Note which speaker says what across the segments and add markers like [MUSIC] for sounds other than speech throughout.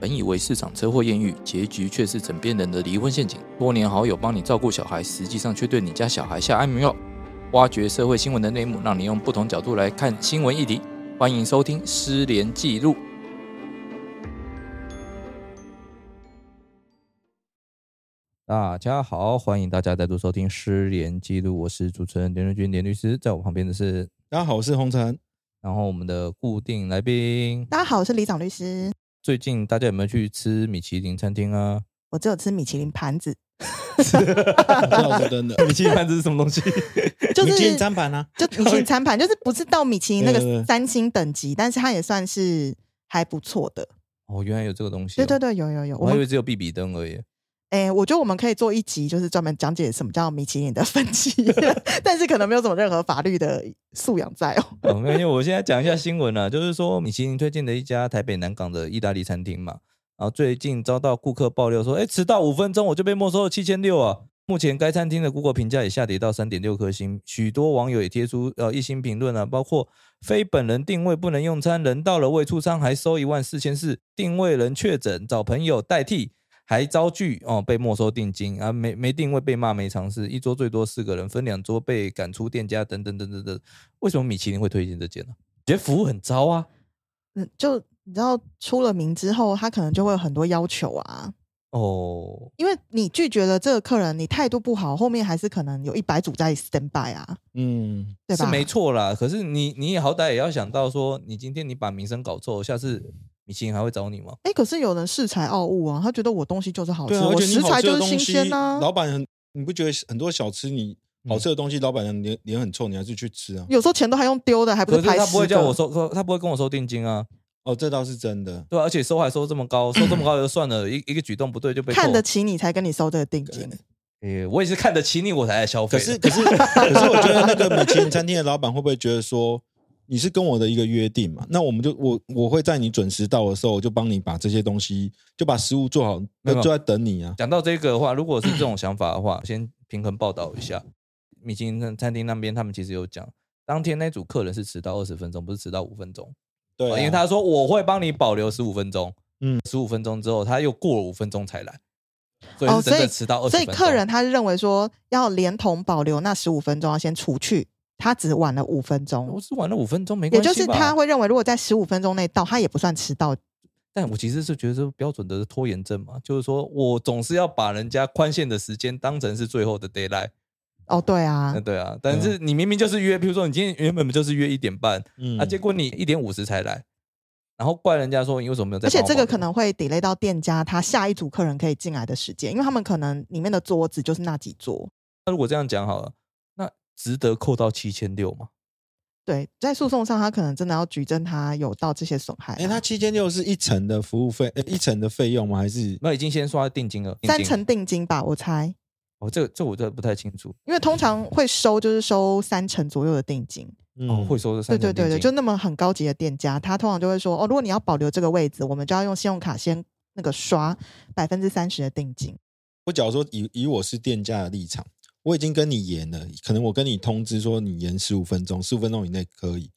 Speaker 1: 本以为市场车祸艳遇，结局却是枕边人的离婚陷阱。多年好友帮你照顾小孩，实际上却对你家小孩下安眠药。挖掘社会新闻的内幕，让你用不同角度来看新闻议题。欢迎收听《失联记录》。大家好，欢迎大家再度收听《失联记录》，我是主持人连瑞君，连律师，在我旁边的是，
Speaker 2: 大家好，我是洪晨。
Speaker 1: 然后我们的固定来宾。
Speaker 3: 大家好，我是李长律师。
Speaker 1: 最近大家有没有去吃米其林餐厅
Speaker 2: [LAUGHS]
Speaker 1: 啊？
Speaker 3: 我只有吃米其林盘子，
Speaker 2: 我是真的，
Speaker 1: [LAUGHS] 米其林盘子是什么东西？
Speaker 3: [LAUGHS] 就
Speaker 2: 你今天
Speaker 3: 是
Speaker 2: 粘盘啊？
Speaker 1: [LAUGHS]
Speaker 3: 就米其林餐盘，就是不是到米其林那
Speaker 2: 对对对
Speaker 3: 个三星等级，但是它也算是还不错的。
Speaker 1: 哦，原来有这个东西、
Speaker 3: 对对，对，有有有，
Speaker 1: 我
Speaker 3: 我
Speaker 1: 还以
Speaker 3: 们
Speaker 1: 为只有比比登而已。
Speaker 3: 哎，我觉得我们可以做一集，就是专门讲解什么叫米其林的分级， [LAUGHS] 但是可能没有什么任何法律的素养在哦。
Speaker 1: 哦，没有，因为我现在讲一下新闻啊，就是说米其林推荐的一家台北南港的意大利餐厅嘛，然后最近遭到顾客爆料说，哎，迟到五分钟我就被没收了七千六啊。目前该餐厅的 Google 评价也下跌到三点六颗星，许多网友也贴出呃一星评论啊，包括非本人定位不能用餐，人到了未出餐还收一万四千四，定位人确诊找朋友代替，还遭拒哦被没收定金啊，没没定位被骂没尝试，一桌最多四个人，分两桌被赶出店家等等等等等。为什么米其林会推荐这间呢、觉得服务很糟啊。
Speaker 3: 嗯，就你知道出了名之后，他可能就会有很多要求啊，
Speaker 1: 哦，
Speaker 3: 因为你拒绝了这个客人，你态度不好，后面还是可能有一百组在 stand by 啊，
Speaker 2: 嗯，
Speaker 3: 对
Speaker 1: 是
Speaker 3: 吧？
Speaker 1: 没错啦。可是你你也好歹也要想到说，你今天你把名声搞臭，下次米其林还会找你吗？
Speaker 3: 哎、可是有人恃才傲物啊，他觉得我东西就是好吃，
Speaker 2: 对啊，而
Speaker 3: 我
Speaker 2: 且你
Speaker 3: 食
Speaker 2: 好
Speaker 3: 材
Speaker 2: 吃
Speaker 3: 就
Speaker 2: 的
Speaker 3: 是
Speaker 2: 东
Speaker 3: 新
Speaker 2: 西
Speaker 3: 鲜，啊呐、
Speaker 2: 老板很，你不觉得很多小吃你
Speaker 1: 嗯
Speaker 2: 好吃的东西，老板娘脸脸很臭，你还是去吃啊？
Speaker 3: 有时候钱都还用丢的，还不
Speaker 1: 可是
Speaker 3: 拍
Speaker 1: 他不会
Speaker 3: 10
Speaker 1: 叫我
Speaker 3: 个
Speaker 1: 收，收他不会跟我收定金啊，
Speaker 2: 哦，这倒是真的。
Speaker 1: 对啊而且收还收这么高，收这么高就算了，一一个举动不对就被
Speaker 3: 看得
Speaker 1: 起。
Speaker 3: 起你才跟你收这个定金。
Speaker 1: 诶我也是看得起你，我才来消费
Speaker 2: 可
Speaker 1: 的。
Speaker 2: 是可是可是，我觉得那个米其林餐厅的老板会不会觉得说？你是跟我的一个约定嘛？那我们就我我会在你准时到的时候，我就帮你把这些东西，就把食物做好，
Speaker 1: 没有
Speaker 2: 就在等你啊。
Speaker 1: 讲到这个的话，如果是这种想法的话，先平衡报道一下。米其林餐餐厅那边他们其实有讲，当天那组客人是迟到二十分钟，不是迟到五分钟。
Speaker 2: 对啊，
Speaker 1: 哦因为他说我会帮你保留十五分钟，嗯
Speaker 2: 嗯，
Speaker 1: 十五分钟之后他又过了五分钟才来，所以
Speaker 3: 哦
Speaker 1: 是真
Speaker 3: 所
Speaker 1: 的
Speaker 3: 以
Speaker 1: 迟到二十
Speaker 3: 所以
Speaker 1: 分钟。
Speaker 3: 客人他是认为说要连同保留那十五分钟要先除去，他只晚了五分钟
Speaker 1: 我，只晚了五分钟哦没
Speaker 3: 也
Speaker 1: 关系
Speaker 3: 就是
Speaker 1: 吧
Speaker 3: 他，会认为如果在十五分钟内到，他也不算迟到。
Speaker 1: 但我其实是觉得这是标准的拖延症嘛，就是说我总是要把人家宽限的时间当成是最后的 d a y l i g h t
Speaker 3: 哦，对啊
Speaker 1: 那，对啊，但是你明明就是约，比如说你今天原本就是约一点半，
Speaker 2: 嗯
Speaker 1: 啊，结果你一点五十才来，然后怪人家说你为什么没有在
Speaker 3: 而
Speaker 1: 帮
Speaker 3: 且
Speaker 1: 我保留？
Speaker 3: 这个可能会 delay 到店家他下一组客人可以进来的时间，因为他们可能里面的桌子就是那几桌。
Speaker 1: 那如果这样讲好了，那值得扣到七千六吗？
Speaker 3: 对，在诉讼上，他可能真的要举证他有到这些损害啊、
Speaker 2: 哎、他七千六是一层的服务费，呃一层的费用吗？还是
Speaker 1: 那已经先刷定金了，定
Speaker 3: 三
Speaker 1: 金
Speaker 3: 成定金吧，我猜，
Speaker 1: 哦，这个这我这不太清楚。
Speaker 3: 因为通常会收就是收三成左右的定金。
Speaker 1: 哦，会收这
Speaker 3: 对
Speaker 1: 三
Speaker 3: 对
Speaker 1: 成定
Speaker 3: 对
Speaker 1: 金
Speaker 3: 对，就那么很高级的店家，他通常就会说哦，如果你要保留这个位置，我们就要用信用卡先那个刷百分之三十的定金。
Speaker 2: 我假如说以以我是店家的立场，我已经跟你延了，可能我跟你通知说你延十五分钟，十五分钟以内可以。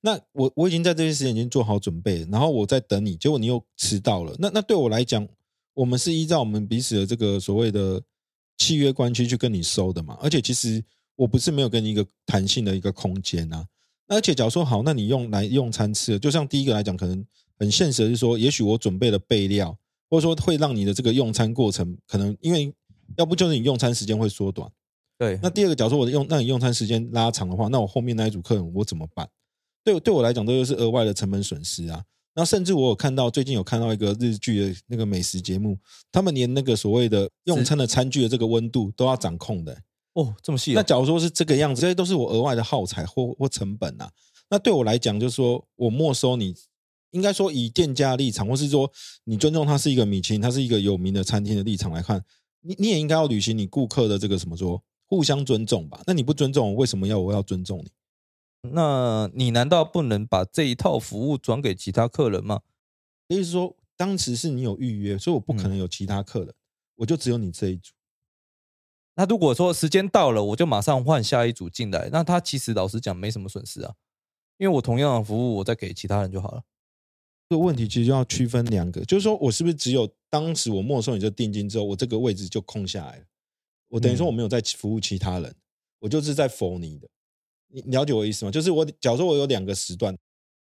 Speaker 2: 那我我已经在这些时间已经做好准备了，然后我在等你，结果你又迟到了。那那对我来讲，我们是依照我们彼此的这个所谓的契约关系去跟你收的嘛。而且其实我不是没有给你一个弹性的一个空间啊。那而且假如说好，那你用来用餐吃的，就像第一个来讲，可能很现实的是说，也许我准备了备料，或者说会让你的这个用餐过程可能因为要不就是你用餐时间会缩短，
Speaker 1: 对，
Speaker 2: 那第二个，假如说我的用让你用餐时间拉长的话，那我后面那一组客人我怎么办？对我对我来讲，这就是额外的成本损失啊。那甚至我有看到最近有看到一个日剧的那个美食节目，他们连那个所谓的用餐的餐具的这个温度都要掌控的欸、
Speaker 1: 哦这么细哦、
Speaker 2: 那假如说是这个样子，这些都是我额外的耗材或或成本啊。那对我来讲，就是说我没收你，应该说以店家的立场，或是说你尊重它是一个米其林，它是一个有名的餐厅的立场来看，你你也应该要履行你顾客的这个什么说互相尊重吧。那你不尊重我，为什么要我要尊重你？
Speaker 1: 那你难道不能把这一套服务转给其他客人吗？
Speaker 2: 也就是说，当时是你有预约，所以我不可能有其他客人，我就只有你这一组。
Speaker 1: 那如果说时间到了，我就马上换下一组进来，那他其实老实讲没什么损失啊，因为我同样的服务我再给其他人就好了。
Speaker 2: 这个问题其实就要区分两个，就是说我是不是只有当时我没收你这定金之后，我这个位置就空下来了，我等于说
Speaker 1: 嗯
Speaker 2: 我没有在服务其他人，我就是在否你的，你你了解我意思吗？就是我假如说我有两个时段，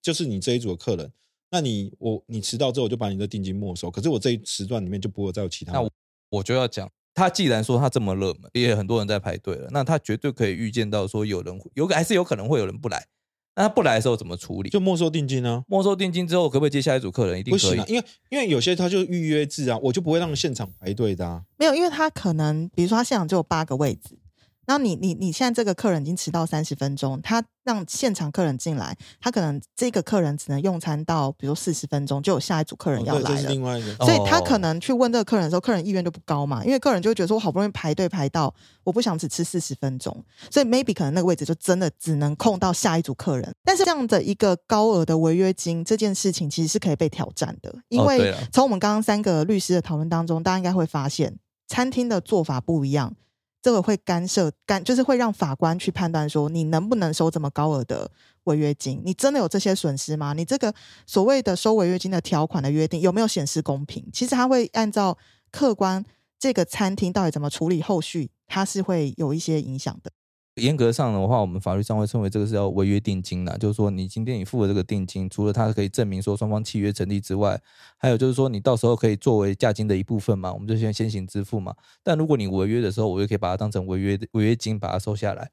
Speaker 2: 就是你这一组的客人，那你我你迟到之后我就把你的定金没收，可是我这一时段里面就不会再有其他人。
Speaker 1: 那我就要讲，他既然说他这么热门，也很多人在排队了，那他绝对可以预见到说有人会有还是有可能会有人不来，那他不来的时候怎么处理？
Speaker 2: 就没收定金啊，
Speaker 1: 没收定金之后，可不可以接下一组客人？一定
Speaker 2: 不
Speaker 1: 可
Speaker 2: 行啊，
Speaker 1: 以。
Speaker 2: 因为因为有些他就是预约制啊，我就不会让现场排队的啊。
Speaker 3: 没有，因为他可能比如说他现场只有八个位置，然后你你你现在这个客人已经迟到三十分钟，他让现场客人进来，他可能这个客人只能用餐到比如四十分钟，就有下一组客人
Speaker 2: 哦
Speaker 3: 要
Speaker 2: 对，这
Speaker 3: 来
Speaker 2: 是
Speaker 3: 了。
Speaker 2: 另外一个。
Speaker 1: 哦
Speaker 3: 所以他可能去问这个客人的时候，客人意愿就不高嘛，因为客人就会觉得说，我好不容易排队排到，我不想只吃四十分钟，所以 maybe 可能那个位置就真的只能空到下一组客人。但是这样的一个高额的违约金这件事情，其实是可以被挑战的，因
Speaker 1: 哦对
Speaker 3: 为
Speaker 1: 了
Speaker 3: 从我们刚刚三个律师的讨论当中，大家应该会发现，餐厅的做法不一样，这个会干涉干，就是会让法官去判断说，你能不能收这么高额的违约金？你真的有这些损失吗？你这个所谓的收违约金的条款的约定有没有显示公平？其实他会按照客观这个餐厅到底怎么处理后续，它是会有一些影响的。
Speaker 1: 严格上的话，我们法律上会称为这个是要违约定金啦，就是说你今天你付了这个定金，除了它可以证明说双方契约成立之外，还有就是说你到时候可以作为价金的一部分嘛，我们就先先行支付嘛。但如果你违约的时候，我就可以把它当成违约违约金把它收下来。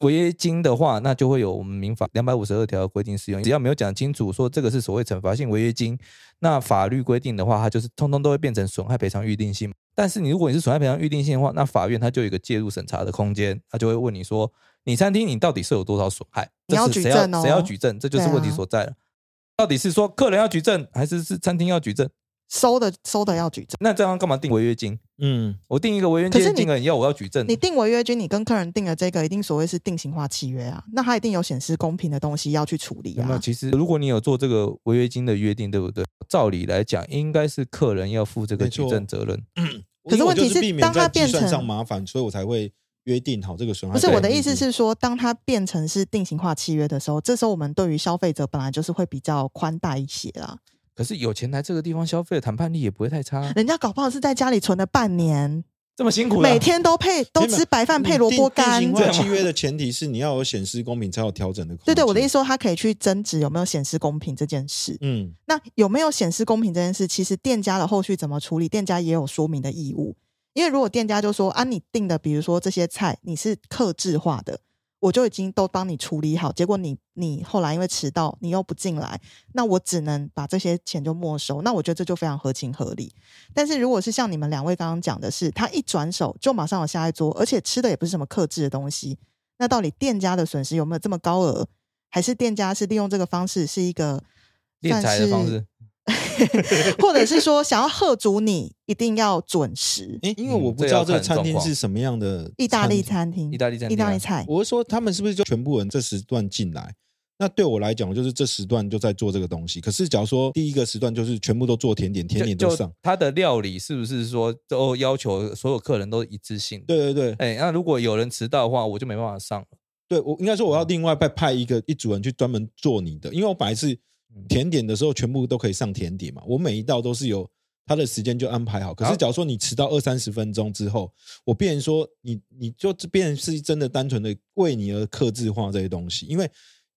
Speaker 1: 违约金的话，那就会有我们民法两百五十二条的规定适用。只要没有讲清楚说这个是所谓惩罚性违约金，那法律规定的话，它就是通通都会变成损害赔偿预定性。但是你如果你是损害赔偿预定性的话，那法院它就有一个介入审查的空间，他就会问你说，你餐厅你到底是有多少损害？
Speaker 3: 你要
Speaker 1: 这是
Speaker 3: 举
Speaker 1: 谁要
Speaker 3: 证哦
Speaker 1: 谁要举证？这就是
Speaker 3: 对啊
Speaker 1: 问题所在了。到底是说客人要举证，还是是餐厅要举证？
Speaker 3: 收的收的要举证，
Speaker 1: 那这样干嘛定违约金？
Speaker 2: 嗯，
Speaker 1: 我定一个违约
Speaker 3: 可是
Speaker 1: 金
Speaker 3: 你
Speaker 1: 金额，你要我要举证，
Speaker 3: 你啊定违约金，你跟客人定的这个一定所谓是定型化契约啊，那他一定有显示公平的东西要去处理
Speaker 1: 那
Speaker 3: 啊。
Speaker 1: 其实如果你有做这个违约金的约定，对不对？照理来讲，应该是客人要负这个
Speaker 2: 没错
Speaker 1: 举证责任。
Speaker 3: 可是
Speaker 2: 因为我
Speaker 3: 问题
Speaker 2: 就是避免
Speaker 3: 当它
Speaker 2: 在计
Speaker 3: 变
Speaker 2: 算
Speaker 3: 成
Speaker 2: 上麻烦，所以我才会约定好这个损害
Speaker 3: 不
Speaker 2: 赔
Speaker 3: 是
Speaker 2: 偿比例。
Speaker 3: 我的意思是说，当它变成是定型化契约的时候，这时候我们对于消费者本来就是会比较宽大一些啦。
Speaker 1: 可是有钱来这个地方消费，谈判力也不会太差啊。
Speaker 3: 人家搞不好是在家里存了半年，
Speaker 1: 这么辛苦的啊，
Speaker 3: 每天都配都吃白饭配萝卜干
Speaker 2: 定。定型化契
Speaker 3: [LAUGHS]
Speaker 2: 约的前提是你要有显示公平，才有调整的空间。
Speaker 3: 对对，我的意思
Speaker 2: 思，
Speaker 3: 说，他可以去争执有没有显示公平这件事。
Speaker 2: 嗯，
Speaker 3: 那有没有显示公平这件事，其实店家的后续怎么处理，店家也有说明的义务。因为如果店家就说啊，你定的，比如说这些菜你是克制化的，我就已经都帮你处理好，结果你你后来因为迟到，你又不进来，那我只能把这些钱就没收。那我觉得这就非常合情合理。但是如果是像你们两位刚刚讲的是，他一转手就马上有下一桌，而且吃的也不是什么克制的东西，那到底店家的损失有没有这么高额？还是店家是利用这个方式是一个
Speaker 1: 敛财的方
Speaker 3: 算是
Speaker 1: 式，
Speaker 3: 或者是说想要喝足你，一定要准时。
Speaker 2: 诶，因为我不
Speaker 1: 这
Speaker 2: 知道
Speaker 1: 要
Speaker 2: 这个
Speaker 1: 看
Speaker 2: 餐
Speaker 1: 状
Speaker 2: 厅
Speaker 1: 况
Speaker 2: 是什么样的
Speaker 3: 意大利
Speaker 2: 餐厅
Speaker 3: 餐厅，
Speaker 1: 意大利餐
Speaker 3: 意
Speaker 1: 厅啊
Speaker 3: 大利菜，
Speaker 2: 我是说，他们是不是就全部人这时段进来？那对我来讲，我就是这时段就在做这个东西。可是，假如说第一个时段就是全部都做甜点，甜点
Speaker 1: 就
Speaker 2: 都
Speaker 1: 就
Speaker 2: 上。
Speaker 1: 他的料理是不是说都要求所有客人都一致性？，
Speaker 2: 对对对，
Speaker 1: 哎，那如果有人迟到的话，我就没办法上了。
Speaker 2: 对我应该说我要另外派派一个一组人去专门做你的，因为我本来是甜点的时候全部都可以上甜点嘛，我每一道都是有它的时间就安排好。可是
Speaker 1: 好
Speaker 2: 假如说你迟到二三十分钟之后，我变成说你你就变成是真的单纯的为你而克制化这些东西，因为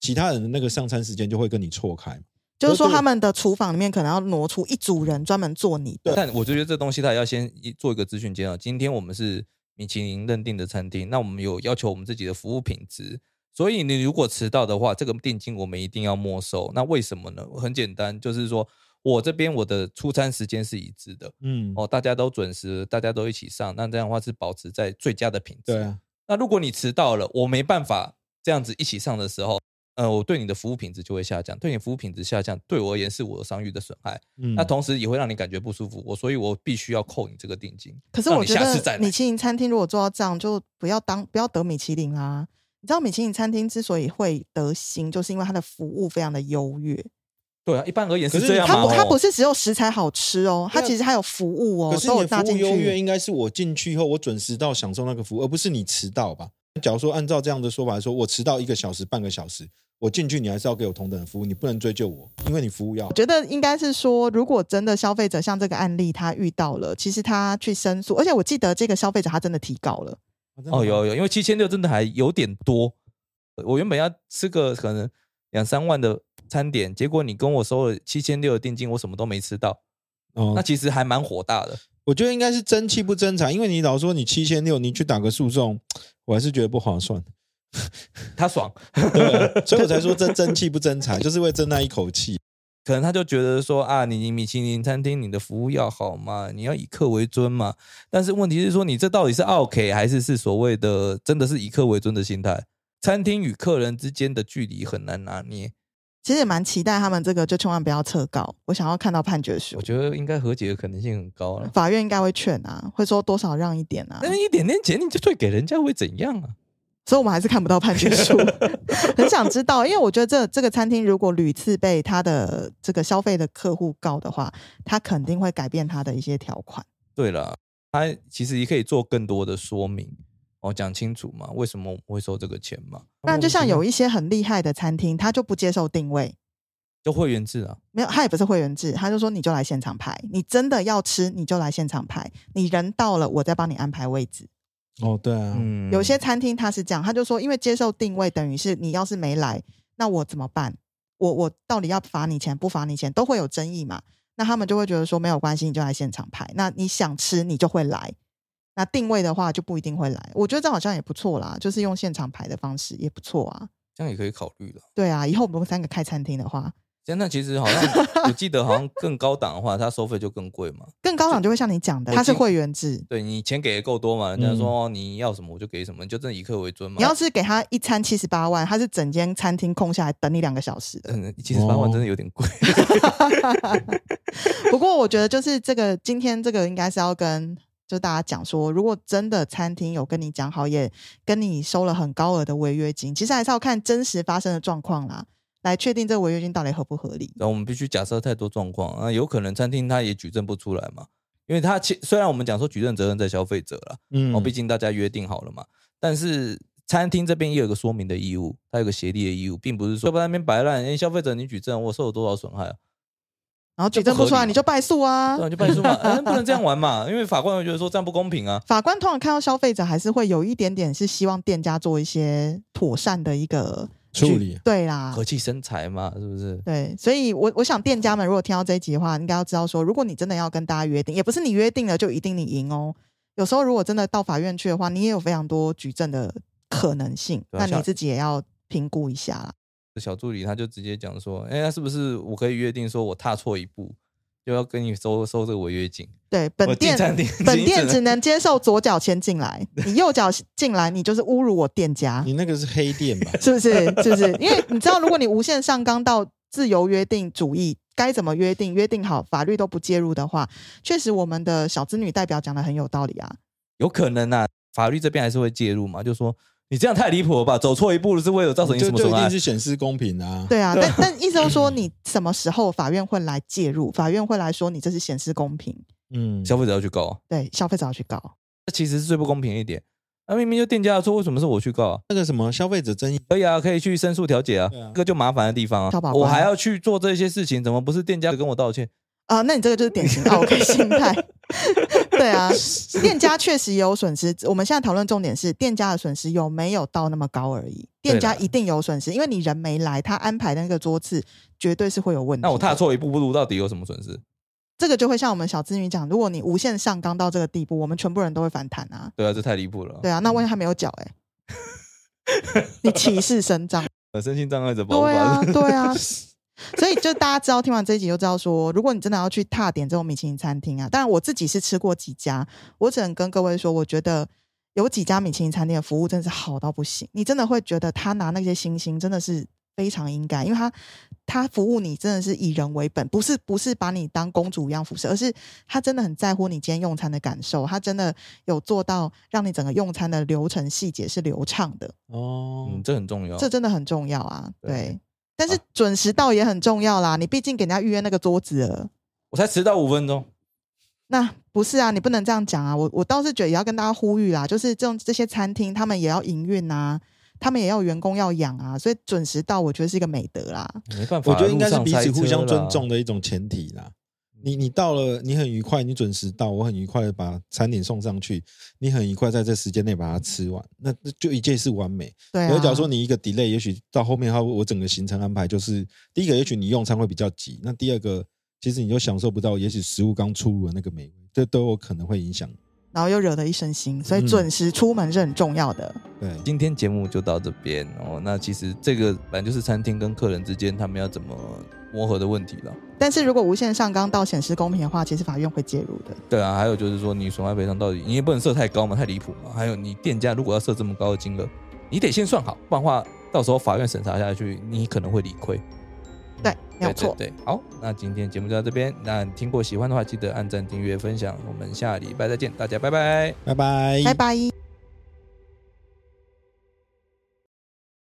Speaker 2: 其他人的那个上餐时间就会跟你错开嘛。
Speaker 3: 就是说
Speaker 2: 对
Speaker 3: 他们的厨房里面可能要挪出一组人专门做你的。
Speaker 1: 但我就觉得这东西它也要先一做一个资讯介绍。今天我们是米其林认定的餐厅，那我们有要求我们自己的服务品质，所以你如果迟到的话，这个定金我们一定要没收。那为什么呢？很简单，就是说我这边我的出餐时间是一致的，
Speaker 2: 嗯，
Speaker 1: 哦，大家都准时，大家都一起上，那这样的话是保持在最佳的品质。
Speaker 2: 对啊，
Speaker 1: 那如果你迟到了，我没办法这样子一起上的时候，呃，我对你的服务品质就会下降，对你服务品质下降，对我而言是我的商誉的损害。
Speaker 2: 嗯，
Speaker 1: 那同时也会让你感觉不舒服，我所以我必须要扣你这个定金。
Speaker 3: 可是
Speaker 1: 让
Speaker 3: 我
Speaker 1: 你
Speaker 3: 觉
Speaker 1: 下次再
Speaker 3: 得
Speaker 1: 来
Speaker 3: 米其林餐厅如果做到这样，就不要当不要得米其林啦、你知道米其林餐厅之所以会得星，就是因为它的服务非常的优越。
Speaker 1: 对啊，一般而言
Speaker 2: 可
Speaker 1: 是
Speaker 2: 是
Speaker 1: 这样
Speaker 3: 它
Speaker 1: 嘛。
Speaker 3: 不，它
Speaker 1: 哦
Speaker 3: 不是只有食材好吃哦，它
Speaker 2: 对啊
Speaker 3: 其实还有服务哦
Speaker 2: 可，是
Speaker 3: 都
Speaker 2: 你
Speaker 3: 有
Speaker 2: 的
Speaker 3: 纳
Speaker 2: 服务
Speaker 3: 进
Speaker 2: 优越
Speaker 3: 去。
Speaker 2: 应该是我进去以后我准时到享受那个服务，而不是你迟到吧？假如说按照这样的说法来说，我迟到一个小时、半个小时，我进去你还是要给我同等的服务，你不能追究我，因为你服务要
Speaker 3: 我。觉得应该是说，如果真的消费者像这个案例，他遇到了，其实他去申诉，而且我记得这个消费者他真的提高了，
Speaker 2: 啊
Speaker 1: 哦，有有，因为七千六真的还有点多。我原本要吃个可能两三万的餐点，结果你跟我收了七千六的定金，我什么都没吃到，
Speaker 2: 哦
Speaker 1: 那其实还蛮火大的。
Speaker 2: 我觉得应该是争气不争财，因为你老说你七千六，你去打个诉讼，我还是觉得不划算。 [LAUGHS]
Speaker 1: 他爽，
Speaker 2: 对啊，所以我才说这争气不争财，就是为争那一口气。
Speaker 1: 可能他就觉得说啊，你你米其林餐厅你的服务要好嘛，你要以客为尊嘛。但是问题是说，你这到底是 OK 还是是所谓的真的是以客为尊的心态？餐厅与客人之间的距离很难拿捏，
Speaker 3: 其实也蛮期待他们这个就千万不要撤告，我想要看到判决书
Speaker 1: 我，觉得应该和解的可能性很高了。
Speaker 3: 法院应该会劝啊，会说多少让一点啊，
Speaker 1: 但是一点点钱你就退给人家会怎样啊？
Speaker 3: 所以我们还是看不到判决书，很想知道，因为我觉得这这个餐厅如果屡次被他的这个消费的客户告的话，他肯定会改变他的一些条款。
Speaker 1: 对了，他其实也可以做更多的说明哦，讲清楚嘛，为什么我们会收这个钱嘛？
Speaker 3: 不然就像有一些很厉害的餐厅，他就不接受定位，
Speaker 1: 就会员制啊，
Speaker 3: 没有，他也不是会员制，他就说你就来现场排，你真的要吃你就来现场排，你人到了我再帮你安排位置。
Speaker 2: 哦，对啊，
Speaker 1: 嗯，
Speaker 3: 有些餐厅他是这样，他就说因为接受定位等于是你要是没来，那我怎么办？我我到底要罚你钱不罚你钱都会有争议嘛？那他们就会觉得说没有关系，你就来现场排，那你想吃你就会来。那定位的话就不一定会来，我觉得这好像也不错啦，就是用现场排的方式也不错啊。
Speaker 1: 这样也可以考虑了。
Speaker 3: 对啊，以后我们三个开餐厅的话，
Speaker 1: 现在其实
Speaker 3: [LAUGHS]
Speaker 1: 好像我记得好像更高档的话，它收费就更贵嘛。
Speaker 3: 更高档就会像你讲的，
Speaker 1: 我
Speaker 3: 它是
Speaker 1: 记
Speaker 3: 会员制，
Speaker 1: 对你钱给的够多嘛，人家说、哦你要什么我就给什么，你就真的以客为尊嘛。
Speaker 3: 嗯你要是给他一餐七十八万，他是整间餐厅空下来等你两个小时的。
Speaker 1: 嗯，其实八万真的有
Speaker 3: 哦
Speaker 1: 点贵。 [LAUGHS]
Speaker 3: [LAUGHS] 不过我觉得就是这个今天这个应该是要跟就大家讲说，如果真的餐厅有跟你讲好，也跟你收了很高额的违约金，其实还是要看真实发生的状况啦，来确定这个违约金到底合不合理。
Speaker 1: 然后我们必须假设太多状况啊，有可能餐厅它也举证不出来嘛，因为它其虽然我们讲说举证责任在消费者啦，
Speaker 2: 嗯
Speaker 1: 哦，毕竟大家约定好了嘛。但是餐厅这边也有一个说明的义务，它有个协力的义务，并不是说要不然那边摆烂，哎，消费者你举证，我受了多少损害啊？
Speaker 3: 然后举证不
Speaker 1: 这不合
Speaker 3: 出
Speaker 1: 理嘛哦
Speaker 3: 来，你就败诉啊
Speaker 1: 对。啊，就败诉
Speaker 3: [LAUGHS]
Speaker 1: 嘛，哎不能这样玩嘛，因为法官会觉得说这样不公平啊。
Speaker 3: 法官通常看到消费者还是会有一点点是希望店家做一些妥善的一个
Speaker 2: 处
Speaker 3: 举
Speaker 2: 理
Speaker 3: 对啦，
Speaker 1: 和气生财嘛，是不是？
Speaker 3: 对，所以我我想店家们如果听到这一集的话，应该要知道说，如果你真的要跟大家约定，也不是你约定了就一定你赢哦。有时候如果真的到法院去的话，你也有非常多举证的可能性，
Speaker 1: 对啊
Speaker 3: 那
Speaker 1: 像
Speaker 3: 你自己也要评估一下啦。
Speaker 1: 小助理他就直接讲说，哎，那是不是我可以约定说我踏错一步，就要跟你收收这个违约金？
Speaker 3: 对，本
Speaker 1: 我进
Speaker 3: 店
Speaker 1: 餐 [LAUGHS] 厅
Speaker 3: 本店只
Speaker 1: 只
Speaker 3: 能接受左脚先
Speaker 1: [LAUGHS]
Speaker 3: 进来，你右脚进来，你就是侮辱我店家，
Speaker 2: 你那个是黑店
Speaker 1: [LAUGHS]
Speaker 2: 吧？
Speaker 3: 是不是？是不是？因为你知道，如果你无限上纲到自由约定主义，该怎么约定，约定好，法律都不介入的话，确实我们的小资女代表讲的很有道理啊。
Speaker 1: 有可能啊，法律这边还是会介入嘛，就说你这样太离谱了吧，走错一步是为了造成你
Speaker 2: 就
Speaker 1: 什么
Speaker 2: 就
Speaker 1: 损
Speaker 2: 一定
Speaker 1: 害？
Speaker 2: 是显示公平啊。
Speaker 3: 对啊，但 [LAUGHS] 但意思就是说，你什么时候法院会来介入？法院会来说你这是显示公平，
Speaker 2: 嗯，
Speaker 1: 消费者要去告啊、
Speaker 3: 对消费者要去告。
Speaker 1: 这其实是最不公平的一点。那、明明就店家的错，为什么是我去告啊？
Speaker 2: 那个什么消费者争议，
Speaker 1: 可以啊，可以去申诉调解啊，
Speaker 2: 对啊
Speaker 1: 这个就麻烦的地方
Speaker 3: 淘
Speaker 1: 啊
Speaker 3: 宝。
Speaker 1: 我
Speaker 3: 官
Speaker 1: 还要去做这些事情，怎么不是店家跟我道歉？
Speaker 3: 啊、那你这个就是典型 OK 心态。 [LAUGHS] 对啊，店家确实也有损失。我们现在讨论重点是店家的损失有没有到那么高而已。店家
Speaker 1: 对啦
Speaker 3: 一定有损失，因为你人没来，他安排的那个桌次绝对是会有问题的。
Speaker 1: 那我踏错一步，不如到底有什么损失？
Speaker 3: 这个就会像我们小资女讲，如果你无限上纲到这个地步，我们全部人都会反弹啊。
Speaker 1: 对啊，这太离谱了啊。
Speaker 3: 对啊，那万一他没有缴哎、 [LAUGHS] 你歧视伸张。
Speaker 1: 呃身心障碍者保护
Speaker 3: 对
Speaker 1: 法
Speaker 3: 啊，
Speaker 2: [LAUGHS]
Speaker 1: 是，
Speaker 3: 对啊。所以就大家知道，听完这一集就知道说，如果你真的要去踏点这种米其林餐厅啊，当然我自己是吃过几家，我只能跟各位说，我觉得有几家米其林餐厅的服务真的是好到不行，你真的会觉得他拿那些星星真的是非常应该，因为他他服务你真的是以人为本，不是不是把你当公主一样服侍，而是他真的很在乎你今天用餐的感受，他真的有做到让你整个用餐的流程细节是流畅的。
Speaker 2: 哦，啊
Speaker 1: 嗯，这很重要。
Speaker 3: 这真的很重要啊。
Speaker 1: 对
Speaker 3: 对，但是准时到也很重要啦。你毕竟给人家预约那个桌子了，
Speaker 1: 我才迟到五分钟，
Speaker 3: 那不是啊，你不能这样讲啊！我我倒是觉得也要跟大家呼吁啦，就是这种这些餐厅他们也要营运啊，他们也要有员工要养啊，所以准时到我觉得是一个美德啦。
Speaker 1: 没办法，
Speaker 2: 我觉得应该是
Speaker 1: 路上
Speaker 2: 彼
Speaker 1: 塞
Speaker 2: 此
Speaker 1: 车
Speaker 2: 互相尊
Speaker 1: 啦嗯
Speaker 2: 重的一种前提啦。你你到了，你很愉快，你准时到，我很愉快的把餐点送上去，你很愉快在这时间内把它吃完，那那就一件事完美。
Speaker 3: 对
Speaker 2: 然
Speaker 3: 啊，
Speaker 2: 后假如说你一个 delay，也许到后面它我整个行程安排就是第一个，也许你用餐会比较急，那第二个其实你就享受不到，也许食物刚出炉的那个美味，这都有可能会影响。
Speaker 3: 然后又惹得一身腥，所以
Speaker 2: 嗯
Speaker 3: 准时出门是很重要的。
Speaker 2: 对，
Speaker 1: 今天节目就到这边哦。那其实这个本来就是餐厅跟客人之间他们要怎么磨合的问题了。
Speaker 3: 但是如果无限上纲到显示公平的话，其实法院会介入的。
Speaker 1: 对啊，还有就是说，你损害赔偿到底你也不能设太高嘛，太离谱嘛。还有你店家如果要设这么高的金额，你得先算好，不然的话，到时候法院审查下去，你可能会理亏。
Speaker 3: 对，没
Speaker 1: 对对
Speaker 3: 有错。
Speaker 1: 对，好，那今天节目就到这边。那你听过喜欢的话，记得按赞、订阅、分享。我们下礼拜再见，大家拜拜。
Speaker 2: 拜拜，
Speaker 3: 拜拜。